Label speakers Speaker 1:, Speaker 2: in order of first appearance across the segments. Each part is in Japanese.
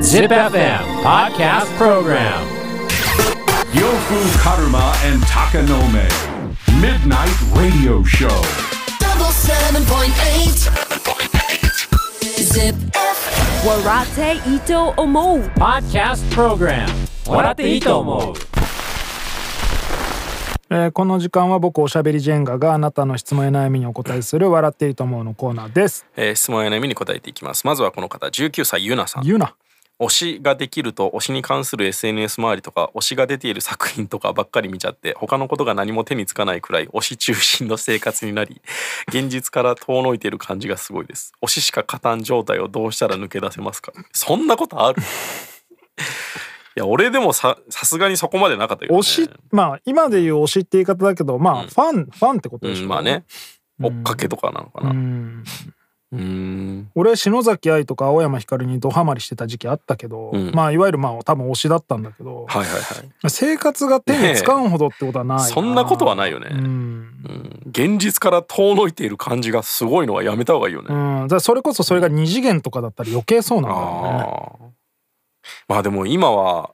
Speaker 1: Zip FM Podcast Program
Speaker 2: Yofu Karuma and Takanome. Midnight Radio Show.
Speaker 3: double seven point eight. Zip.
Speaker 4: Warate Ito Omo.
Speaker 1: Podcast Program 笑っていいと思う
Speaker 5: えーこの時間は僕おしゃべりジェンガがあなたの質問や悩みにお答えする「笑っていいと思う」のコーナーです。
Speaker 6: えー質問や悩みに答えていきますまずはこの方19歳ゆなさん
Speaker 5: 言うな
Speaker 6: 推しができると推しに関する SNS 周りとか推しが出ている作品とかばっかり見ちゃって他のことが何も手につかないくらい推し中心の生活にな り現実から遠のいている感じがすごいです推ししか勝たん状態をどうしたら抜け出せますかそんなこと あるいや俺でもささすがにそこまでなかったけど、ね、
Speaker 5: 推しまあ今で言う推しって言い方だけどまあファン、ファンってこと
Speaker 6: う
Speaker 5: でしょ、
Speaker 6: んまあね追っかけとかなのかな
Speaker 5: うん
Speaker 6: うん
Speaker 5: 俺篠崎愛とか青山ひかるにドハマりしてた時期あったけど、
Speaker 6: うん
Speaker 5: まあいわゆるまあ多分推しだったんだけど、
Speaker 6: はいはいはい
Speaker 5: 生活が手につかんほどってことはないな、
Speaker 6: そんなことはないよね、
Speaker 5: うん、
Speaker 6: うん現実から遠のいている感じがすごいのはやめた方がいいよね、
Speaker 5: うん、だからそれこそそれが二次元とかだったら余計そうなんだよね
Speaker 6: あーまあでも今は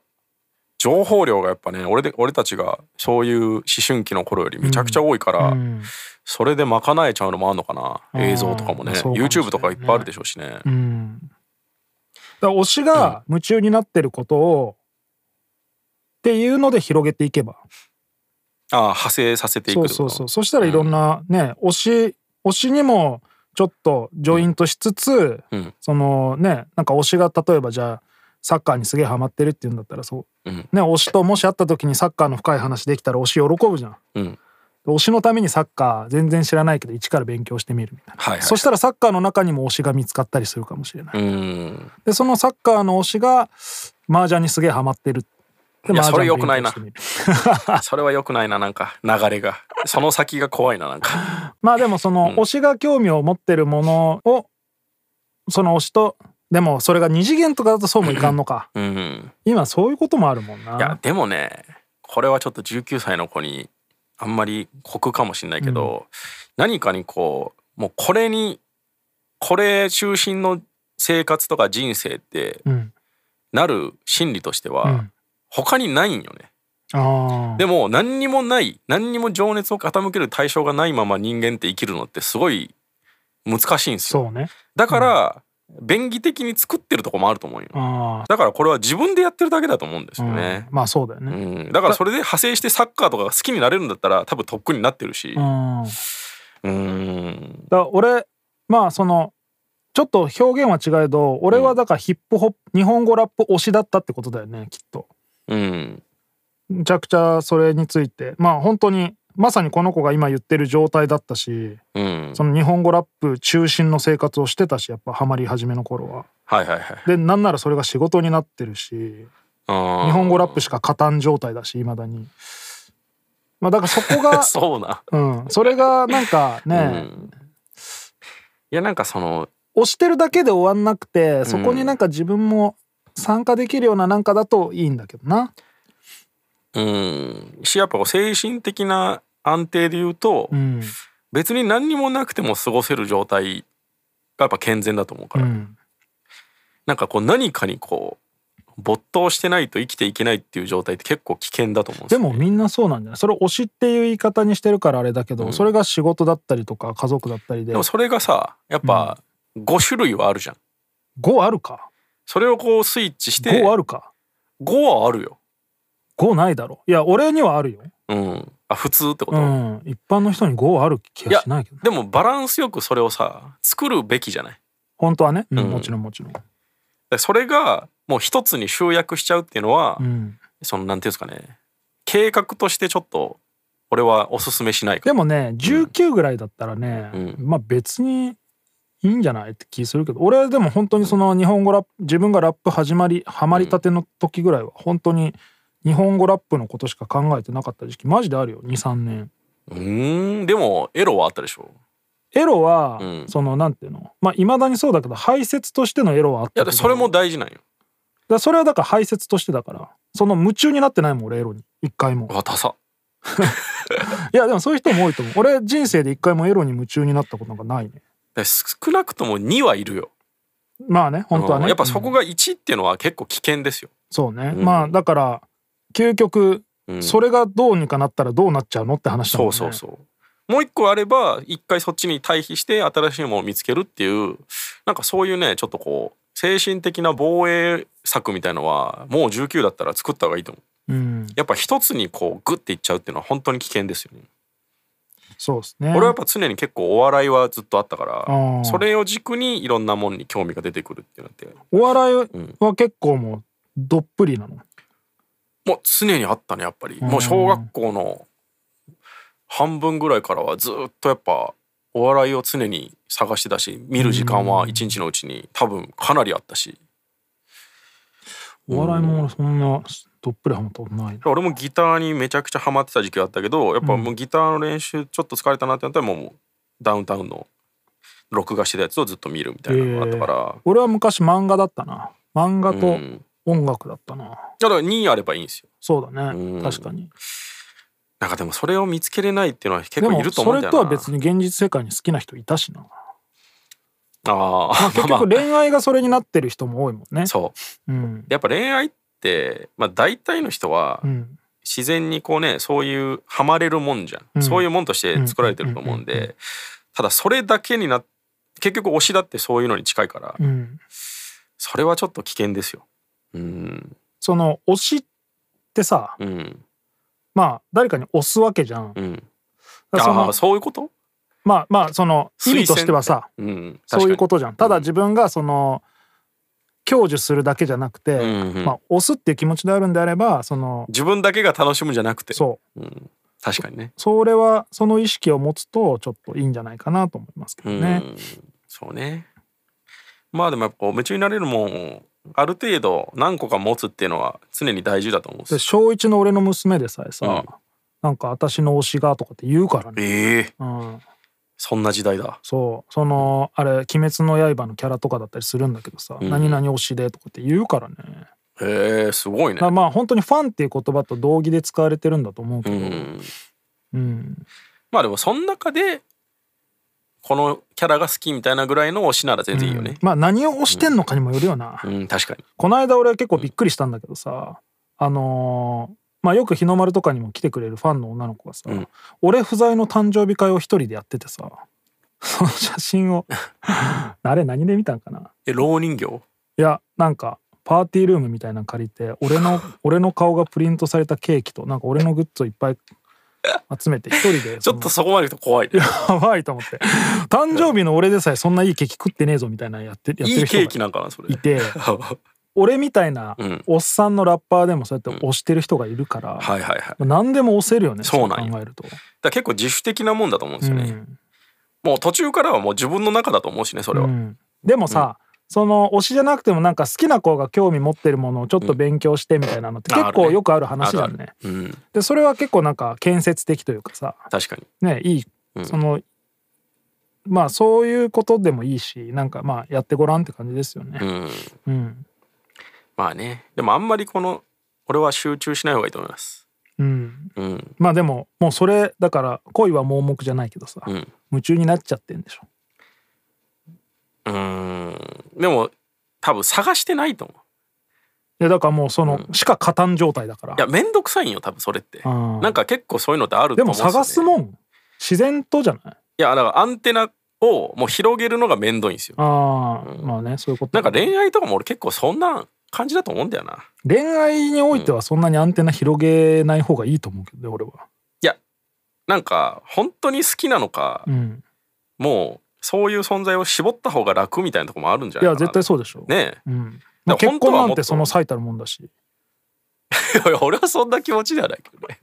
Speaker 6: 情報量がやっぱね俺で俺たちがそういう思春期の頃よりめちゃくちゃ多いから、
Speaker 5: うん
Speaker 6: それで賄えちゃうのもあんのかな、
Speaker 5: あー
Speaker 6: 映像とかもね
Speaker 5: そうかもしれないね
Speaker 6: YouTube とかいっぱいあるでしょうしね、
Speaker 5: うんだから推しが夢中になってることを、っていうので広げていけば
Speaker 6: ああ派生させていく
Speaker 5: そ
Speaker 6: っ
Speaker 5: う
Speaker 6: てこと
Speaker 5: そうそうそしたらいろんなね、推し推しにもちょっとジョイントしつつ、
Speaker 6: うん
Speaker 5: そのねなんか推しが例えばじゃあサッカーにすげえハマってるっていうんだったらそう、
Speaker 6: うん
Speaker 5: ね推しともし会った時にサッカーの深い話できたら推し喜ぶじゃん。
Speaker 6: うん
Speaker 5: 推しのためにサッカー全然知らないけど一から勉強してみるみたいな、
Speaker 6: はいはい
Speaker 5: そしたらサッカーの中にも推しが見つかったりするかもしれない、
Speaker 6: うん
Speaker 5: でそのサッカーの推しが麻雀にすげえハマってるで
Speaker 6: い
Speaker 5: 麻
Speaker 6: や
Speaker 5: 雀
Speaker 6: それ良くないな
Speaker 5: 勉強してみる
Speaker 6: それは良くないななんか流れがその先が怖いななんか
Speaker 5: まあでもその推しが興味を持ってるものをその推しとでもそれが二次元とかだとそうもいかんのか
Speaker 6: うん
Speaker 5: 今そういうこともあるもんない
Speaker 6: やでもねこれはちょっと19歳の子にあんまり酷かもしんないけど、何かにこうもうこれにこれ中心の生活とか人生って
Speaker 5: うん
Speaker 6: なる心理として
Speaker 5: う
Speaker 6: は
Speaker 5: ん
Speaker 6: 他にないんよね、
Speaker 5: ああ
Speaker 6: でも何にもない何にも情熱を傾ける対象がないまま人間って生きるのってすごい難しいんですよ
Speaker 5: そうね
Speaker 6: だから、便宜的に作ってるとこもあると思うよ
Speaker 5: あ
Speaker 6: だからこれは自分でやってるだけだと思うんです
Speaker 5: あ、
Speaker 6: よね、
Speaker 5: うんまあそうだよね
Speaker 6: うん、だからそれで派生してサッカーとかが好きになれるんだったら多分とっくになってるし
Speaker 5: う、ん
Speaker 6: うーん、
Speaker 5: だから俺まあそのちょっと表現は違えど俺はだからヒップホップ、日本語ラップ推しだったってことだよねきっと
Speaker 6: うん、
Speaker 5: むちゃくちゃそれについてまあ本当にまさにこの子が今言ってる状態だったし
Speaker 6: うん、
Speaker 5: その日本語ラップ中心の生活をしてたしやっぱハマり始めの頃は
Speaker 6: はいはいはい。
Speaker 5: でなんならそれが仕事になってるし日
Speaker 6: 日
Speaker 5: 本語ラップしか勝たん状態だしいまだにまあだからそこが、
Speaker 6: そうな。
Speaker 5: うん、それがなんか
Speaker 6: う
Speaker 5: ね、
Speaker 6: ん、いやなんかその
Speaker 5: 押してるだけで終わんなくてそこになんか自分も参加できるようななんかだといいんだけどな
Speaker 6: うんしやっぱこう精神的な安定で言うと、
Speaker 5: うん
Speaker 6: 別に何にもなくても過ごせる状態がやっぱ健全だと思うか
Speaker 5: う
Speaker 6: ら、
Speaker 5: ん
Speaker 6: なんかこう何かにこう没頭してないと生きていけないっていう状態って結構危険だと思うんです
Speaker 5: で
Speaker 6: よ
Speaker 5: も
Speaker 6: ね
Speaker 5: みんなそうなんじゃないそれ推しっていう言い方にしてるからあれだけど、
Speaker 6: うん
Speaker 5: それが仕事だったりとか家族だったりで
Speaker 6: でもそれがさやっぱ5種類はあるじゃん。
Speaker 5: 5あるか
Speaker 6: それをこうスイッチして
Speaker 5: 5あるか
Speaker 6: 5はあるよ。
Speaker 5: 5ないだろいや俺にはあるよ
Speaker 6: うん、あ普通ってこと、
Speaker 5: うん、一般の人に5ある気がしないけどね
Speaker 6: でもバランスよくそれをさ作るべきじゃない。だか
Speaker 5: 本当はね、うん
Speaker 6: うん
Speaker 5: もちろんもちろん、
Speaker 6: らそれがもう一つに集約しちゃうっていうのは、
Speaker 5: うん、
Speaker 6: そのなんていうんですかね計画としてちょっと俺はおすすめしないか
Speaker 5: でもね19ぐらいだったらね、
Speaker 6: うん
Speaker 5: まあ別にいいんじゃないって気するけど俺でも本当にその日本語ラップ自分がラップ始まりハマりたての時ぐらいは本当に日本語ラップのことしか考えてなかった時期マジであるよ23年
Speaker 6: ら。うーんでもエロはあったでしょ。
Speaker 5: エロは、
Speaker 6: うん
Speaker 5: そのなんていうのまあいまだにそうだけど排泄としてのエロはあっ
Speaker 6: い
Speaker 5: た
Speaker 6: や
Speaker 5: けど
Speaker 6: でそれも大事なんよ。
Speaker 5: だからそれはだから排泄としてだからその夢中になってないもん俺エロに一回も
Speaker 6: うわダサ。
Speaker 5: いやでもそういう人も多いと思う俺人生で一回もエロに夢中になったことなんかないね
Speaker 6: だから少なくとも2はいるよ。
Speaker 5: まあね本当は
Speaker 6: う
Speaker 5: ね
Speaker 6: んやっぱそこが1っていうのは結構危険ですよ。
Speaker 5: そうね、
Speaker 6: うん
Speaker 5: まあだから究極
Speaker 6: うん
Speaker 5: それがどうにかなったらどうなっちゃうのって話だもん
Speaker 6: そう
Speaker 5: ね
Speaker 6: そうそう。もう一個あれば一回そっちに対比して新しいものを見つけるっていうなんかそういうねちょっとこう精神的な防衛策みたいのはもう19だったら作った方がいいと思う。
Speaker 5: うん
Speaker 6: やっぱ一つにこうグッていっちゃうっていうのは本当に危険ですよね。
Speaker 5: そうですね
Speaker 6: 俺はやっぱ常に結構お笑いはずっとあったか
Speaker 5: あー
Speaker 6: らそれを軸にいろんなもんに興味が出てくるってなって
Speaker 5: お笑い
Speaker 6: ん
Speaker 5: は結構もうどっぷりなの
Speaker 6: もう常にあったねやっぱりもう小学校の半分ぐらいからはずっとやっぱお笑いを常に探してたし見る時間は一日のうちに多分かなりあったし
Speaker 5: お笑いもそんなどっぷりハマったことないな
Speaker 6: 俺もギターにめちゃくちゃハマってた時期があったけどやっぱもうギターの練習ちょっと疲れたなってなったらもうもうダウンタウンの録画してたやつをずっと見るみたいなのがあったから。
Speaker 5: 俺は昔漫画だったな漫画と音楽だったな、
Speaker 6: だから2あればいいんですよ
Speaker 5: そうだね、
Speaker 6: うん
Speaker 5: 確かに
Speaker 6: なんかでもそれを見つけれないっていうのは
Speaker 5: で
Speaker 6: 結構い
Speaker 5: も
Speaker 6: ると思
Speaker 5: そ
Speaker 6: う
Speaker 5: れ
Speaker 6: んだよ
Speaker 5: と
Speaker 6: な
Speaker 5: は別に現実世界に好きな人いたしな
Speaker 6: ああ
Speaker 5: 結
Speaker 6: まあ
Speaker 5: 局
Speaker 6: ま
Speaker 5: 恋愛がそれになってる人も多いもんね
Speaker 6: あそう
Speaker 5: うん
Speaker 6: やっぱ恋愛って、まあ、大体の人は
Speaker 5: うん
Speaker 6: 自然にこうねそういうハマれるもんじゃん、
Speaker 5: うん
Speaker 6: そういうもんとして作られてると思うんで、
Speaker 5: うんうんう
Speaker 6: ただそれだけになっ結局推しだってそういうのに近いから、
Speaker 5: うん
Speaker 6: それはちょっと危険ですよ。うん
Speaker 5: その推しってさ
Speaker 6: うん
Speaker 5: まあ誰かに推すわけじゃん、
Speaker 6: うん、
Speaker 5: だからそ
Speaker 6: あ
Speaker 5: の
Speaker 6: あそういうこと、
Speaker 5: まあまあその意味としてはさ
Speaker 6: うん、、
Speaker 5: そういうこととじゃんただ自分がその享受するだけじゃなくて、
Speaker 6: うんうん
Speaker 5: まあ、推すっていう気持ちであるんであればその
Speaker 6: 自分だけが楽しむんじゃなくて
Speaker 5: そう
Speaker 6: う、ん、確かにね。
Speaker 5: それはその意識を持つとちょっといいんじゃないかなと思いますけどね。
Speaker 6: うん、そうねまあでもやっぱこう夢中になれるもんをある程度何個か持つっていうのは常に大事だと思うん
Speaker 5: で
Speaker 6: ですよ
Speaker 5: 小一の俺の娘でさえさ、
Speaker 6: うん
Speaker 5: なんか私の推しがとかって言うからね。
Speaker 6: ええ
Speaker 5: うん、
Speaker 6: そんな時代だ
Speaker 5: そうそのあれ「鬼滅の刃」のキャラとかだったりするんだけどさ「
Speaker 6: ん
Speaker 5: 何々推しで」とかって言うからね。
Speaker 6: へえすごいね
Speaker 5: だからまあ本当にファンっていう言葉と同義で使われてるんだと思うけ
Speaker 6: う
Speaker 5: ど、
Speaker 6: ん
Speaker 5: うん
Speaker 6: まあでもその中でこのキャラが好きみたいなぐらいの推しなら全然いいよね
Speaker 5: まあ何を推してんのかにもよるよな。
Speaker 6: うん、確かに
Speaker 5: この間俺結構びっくりしたんだけどさ、あのーまあよく日の丸とかにも来てくれるファンの女の子がさ、
Speaker 6: ん
Speaker 5: 俺不在の誕生日会を一人でやっててさ その写真を あれ何で見たんかな
Speaker 6: え老人形
Speaker 5: いやなんかパーティールームみたいなの借りて俺 の俺の顔がプリントされたケーキとなんか俺のグッズをいっぱい集めて一人で
Speaker 6: ちょっとそこまで行くと怖いね
Speaker 5: そのや ばいと思って誕生日の俺でさえそんないいケーキ食ってねえぞみたいなのやってやって
Speaker 6: い
Speaker 5: る
Speaker 6: い
Speaker 5: 人
Speaker 6: ケ
Speaker 5: が
Speaker 6: ーキなんかなそれ
Speaker 5: いて
Speaker 6: は
Speaker 5: 俺みたいな
Speaker 6: うん
Speaker 5: おっさんのラッパーでもそうやって推してる人がいるから、
Speaker 6: い はいはいだか
Speaker 5: 何でも推せるよね
Speaker 6: そうなんよ
Speaker 5: 考えると。
Speaker 6: ら結構自主的なもんだと思うんですよね、
Speaker 5: うん
Speaker 6: もう途中からはもう自分の中だと思うしねそれは、
Speaker 5: うんでもさ、その推しじゃなくてもなんか好きな子が興味持ってるものをちょっと勉強してみたいなのって
Speaker 6: うん
Speaker 5: 結
Speaker 6: ある
Speaker 5: 構
Speaker 6: ね
Speaker 5: よくある話だよね。
Speaker 6: うん、
Speaker 5: でそれは結構なんか建設的というかさ
Speaker 6: 確かに
Speaker 5: ねいい、
Speaker 6: ん
Speaker 5: そのまあそういうことでもいいしなんかまあやってごらんって感じですよね。
Speaker 6: うん
Speaker 5: うん、
Speaker 6: まあねでもあんまりこの俺は集中しない方がいいと思います
Speaker 5: うん、
Speaker 6: うん
Speaker 5: まあでももうそれだから恋は盲目じゃないけどさ、
Speaker 6: うん
Speaker 5: 夢中になっちゃってんでしょ。
Speaker 6: うーんでも多分探してないと思う
Speaker 5: いやだからもうその、しか勝たん状態だから
Speaker 6: いやめんどくさいんよ多分それって
Speaker 5: ん
Speaker 6: なんか結構そういうのってあると
Speaker 5: でも
Speaker 6: 思うんすよね
Speaker 5: 探すもん自然とじゃない
Speaker 6: いやだからアンテナをもう広げるのがめんどいんですよ
Speaker 5: ああ、まあねそういうこと
Speaker 6: なんか恋愛とかも俺結構そんな感じだと思うんだよな
Speaker 5: 恋愛においてはそんなにアンテナ広げない方がいいと思うけどね俺は、
Speaker 6: なんか本当に好きなのか、
Speaker 5: うん、
Speaker 6: もうそういう存在を絞った方が楽みたいなとこもあるんじゃ
Speaker 5: い
Speaker 6: ない
Speaker 5: や
Speaker 6: かな
Speaker 5: 絶対そうでしょ、
Speaker 6: ねえ
Speaker 5: うんまあ
Speaker 6: だか
Speaker 5: 結
Speaker 6: ら本当
Speaker 5: 婚
Speaker 6: は
Speaker 5: な
Speaker 6: も
Speaker 5: ん
Speaker 6: っと
Speaker 5: てその最たるもんだし
Speaker 6: いや俺はそんな気持ちではないけどね。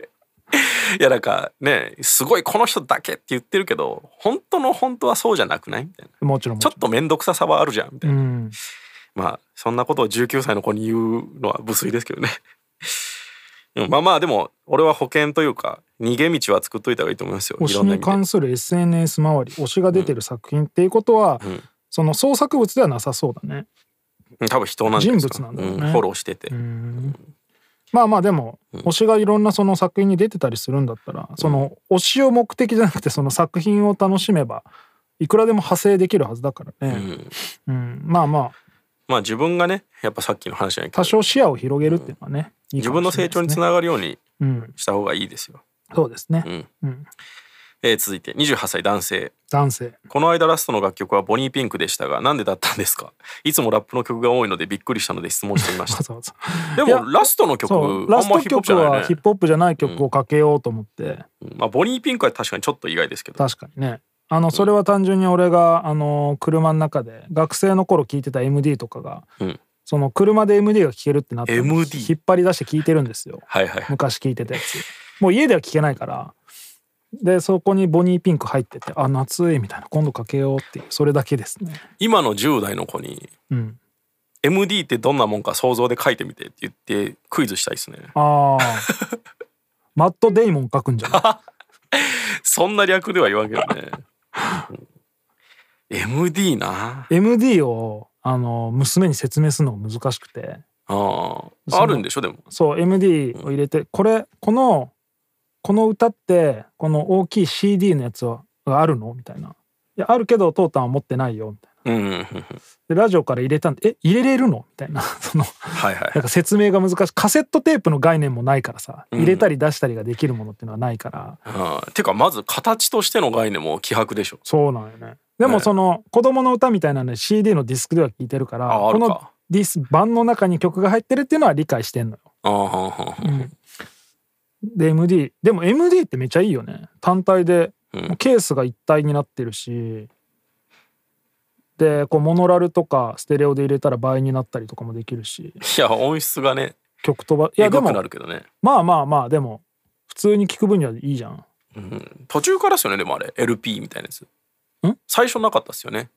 Speaker 6: いやなんかねすごいこの人だけって言ってるけど本当の本当はそうじゃなくないみたいな
Speaker 5: もちろんも
Speaker 6: ちょっ
Speaker 5: ろん
Speaker 6: と面倒くささはあるじゃんみたいな、
Speaker 5: うん、
Speaker 6: まあそんなことを19歳の子に言うのは無粋ですけどね うんまあまあでも俺は保険というか逃げ道は作っといた方がいいと思いますよ
Speaker 5: 推
Speaker 6: いろ
Speaker 5: し
Speaker 6: んな意
Speaker 5: に
Speaker 6: 味で
Speaker 5: 関する SNS 周り推しが出てる作品っていうことは、
Speaker 6: ん
Speaker 5: その創作物ではなさそうだね
Speaker 6: うん多分人なんじゃないですか
Speaker 5: 人物なんだろうね
Speaker 6: うんフォローしてて、
Speaker 5: まあまあでも、推しがいろんなその作品に出てたりするんだったら、その推しを目的じゃなくてその作品を楽しめばいくらでも派生できるはずだからね、うんまあまあ
Speaker 6: まあ自分がねやっぱさっきの話じゃないけど
Speaker 5: 多少視野を広げるっていうのはね、いい
Speaker 6: 自
Speaker 5: かも
Speaker 6: 分の
Speaker 5: しれ
Speaker 6: 成
Speaker 5: ないですね
Speaker 6: 長につながるように
Speaker 5: うん
Speaker 6: した方がいいですよ、
Speaker 5: そうですね、
Speaker 6: うん
Speaker 5: うん、
Speaker 6: えー続いて28歳男性
Speaker 5: 男性
Speaker 6: この間ラストの楽曲はボニーピンクでしたがなんでだったんですかいつもラップの曲が多いのでびっくりしたので質問してみまし
Speaker 5: わ
Speaker 6: た
Speaker 5: ざわざ
Speaker 6: で
Speaker 5: いや
Speaker 6: もラストの曲
Speaker 5: そう
Speaker 6: あ
Speaker 5: ラ
Speaker 6: ん
Speaker 5: ス
Speaker 6: ま
Speaker 5: ト
Speaker 6: ヒップホップじ
Speaker 5: 曲
Speaker 6: ゃな
Speaker 5: はいヒッ
Speaker 6: ね、
Speaker 5: プホップじゃない曲をかけようと思って、
Speaker 6: うんまあ、ボニーピンクは確かにちょっと意外ですけど
Speaker 5: 確かにねあのそれは単純に俺があの車の中で学生の頃聴いてた MD とかが、
Speaker 6: うん
Speaker 5: その車で MD が聴けるってなって
Speaker 6: MD
Speaker 5: 引っ張り出して聴いてるんですよ
Speaker 6: はいはい
Speaker 5: 昔聴いてたやつもう家では聴けないからでそこにボニーピンク入っててあ夏いみたいな今度かけようっていうそれだけですね
Speaker 6: 今の10代の子に
Speaker 5: うん
Speaker 6: MD ってどんなもんか想像で書いてみてって言ってクイズしたいですね
Speaker 5: ああマット・デイモン書くんじゃない
Speaker 6: そんな略では言わんけどねうん MD な
Speaker 5: MD をあの娘に説明するのが難しくて
Speaker 6: あ
Speaker 5: そ
Speaker 6: あ
Speaker 5: の
Speaker 6: あるんでしょでも
Speaker 5: そう MD を入れてこれこのこの歌ってこの大きい CD のやつはがあるのみたいな「いやあるけど当ンは持ってないよ」みたいな
Speaker 6: うんうんうんうん
Speaker 5: でラジオから入れたんで「え入れれるの?」みたいな その
Speaker 6: はいは
Speaker 5: なんか説明が難しいカセットテープの概念もないからさ
Speaker 6: うん
Speaker 5: 入れたり出したりができるものっていうのはないから、
Speaker 6: い、うん、てかまず形としての概念も希薄でしょ
Speaker 5: そうなんよねで
Speaker 6: ね
Speaker 5: もその子供の歌みたいなので CD のディスクでは聞いてるから
Speaker 6: あ
Speaker 5: こ
Speaker 6: あるか
Speaker 5: のディス盤の中に曲が入ってるっていうのは理解してんのよ
Speaker 6: ああはんはんはん
Speaker 5: で MD でも MD ってめちゃいいよね単体で、
Speaker 6: うん
Speaker 5: ケースが一体になってるしでこうモノラルとかステレオで入れたら倍になったりとかもできるし
Speaker 6: いや音質がね
Speaker 5: 曲とばい
Speaker 6: え
Speaker 5: やで
Speaker 6: ぐ
Speaker 5: も
Speaker 6: くなるけどね、
Speaker 5: まあまあまあでも普通に聞く分にはいいじゃん
Speaker 6: うん、途中からですよねでもあれ LP みたいなやつ
Speaker 5: ん
Speaker 6: 最初なかったっすよね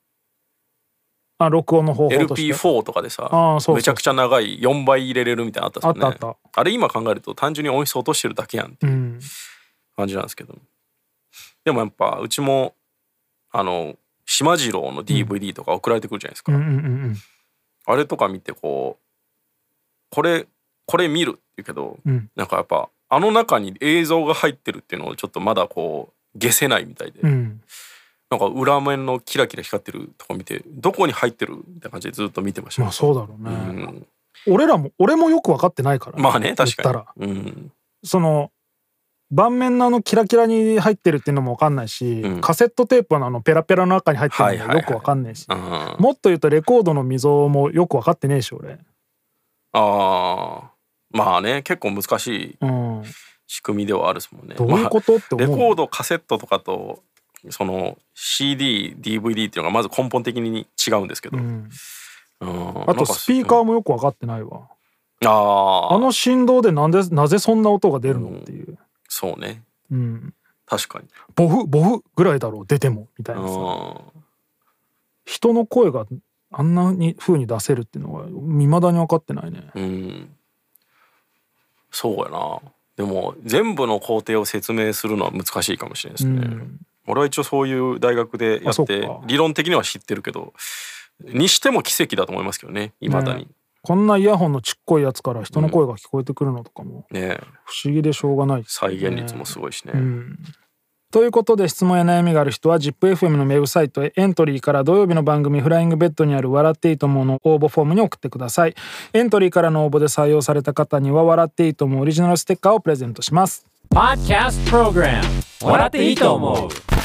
Speaker 5: あ録音の方法として
Speaker 6: LP4 とかでさ
Speaker 5: ああそうそう
Speaker 6: めちゃくちゃ長い4倍入れれるみたいなのあったっすよね
Speaker 5: あったあっ
Speaker 6: あれ今考えると単純に音質落としてるだけやんって
Speaker 5: うん
Speaker 6: 感じなんですけどでもやっぱうちもあの島次郎の DVD とか送られてくるじゃないです
Speaker 5: う
Speaker 6: か、
Speaker 5: んうんうん
Speaker 6: あれとか見てこうこれこれ見るって言うけど、
Speaker 5: うん
Speaker 6: なんかやっぱあの中に映像が入ってるっていうのをちょっとまだこう消せないみたいで、
Speaker 5: うんうん
Speaker 6: なんか裏面のキラキラ光ってるとこ見てどこに入ってるみたいな感じでずっと見てました、
Speaker 5: まあそうだろうね、
Speaker 6: うん
Speaker 5: 俺らも俺もよく分かってないから
Speaker 6: まあね
Speaker 5: 言
Speaker 6: 確
Speaker 5: った
Speaker 6: からに、うん、
Speaker 5: その盤面のあのキラキラに入ってるっていうのも分かんないし、
Speaker 6: うん
Speaker 5: カセットテープのあのペラペラの中に入って
Speaker 6: はい
Speaker 5: るの
Speaker 6: はい
Speaker 5: も
Speaker 6: はい
Speaker 5: よく分かんないし、
Speaker 6: あー
Speaker 5: もっと言うとレコードの溝もよく分かってねえし俺、
Speaker 6: あーまあね結構難しい
Speaker 5: うん、
Speaker 6: 仕組みではあるですもんね
Speaker 5: どういうことって
Speaker 6: まあレ
Speaker 5: 思う、
Speaker 6: コードカセットとかとその CDDVD っていうのがまず根本的に違うんですけど、
Speaker 5: うん、
Speaker 6: うん
Speaker 5: あとスピーカ
Speaker 6: なんか
Speaker 5: ーもよく分かってないわ、
Speaker 6: うんあ
Speaker 5: あ
Speaker 6: あ
Speaker 5: の振動でなんでなぜそんな音が出るのっていう、
Speaker 6: そうね
Speaker 5: うん、
Speaker 6: 確かに
Speaker 5: ボフボフぐらいだろう出てもみたいなさ
Speaker 6: う
Speaker 5: 人の声があんなに風に出せるっていうのは未だに分かってないね
Speaker 6: ん、うん、そうやなでも全部の工程を説明するのは難しいかもしれないですね、
Speaker 5: うん
Speaker 6: 俺は一応そういう大学でや
Speaker 5: あそ
Speaker 6: っ
Speaker 5: うか
Speaker 6: て理論的には知ってるけどにしても奇跡だと思いますけどねいまだに
Speaker 5: こんなイヤホンのちっこいやつから人の声が聞こえてくるのとかも
Speaker 6: ね
Speaker 5: 不思議でしょうがない、
Speaker 6: 再現率もすごいしね
Speaker 5: うんということで質問や悩みがある人は ZIPFM のウェブサイトへエントリーから土曜日の番組「フライングベッド」にある「笑っていいと思う」の応募フォームに送ってくださいエントリーからの応募で採用された方には「笑っていいと思う」オリジナルステッカーをプレゼントします
Speaker 1: Podcast Program 笑っていいと思う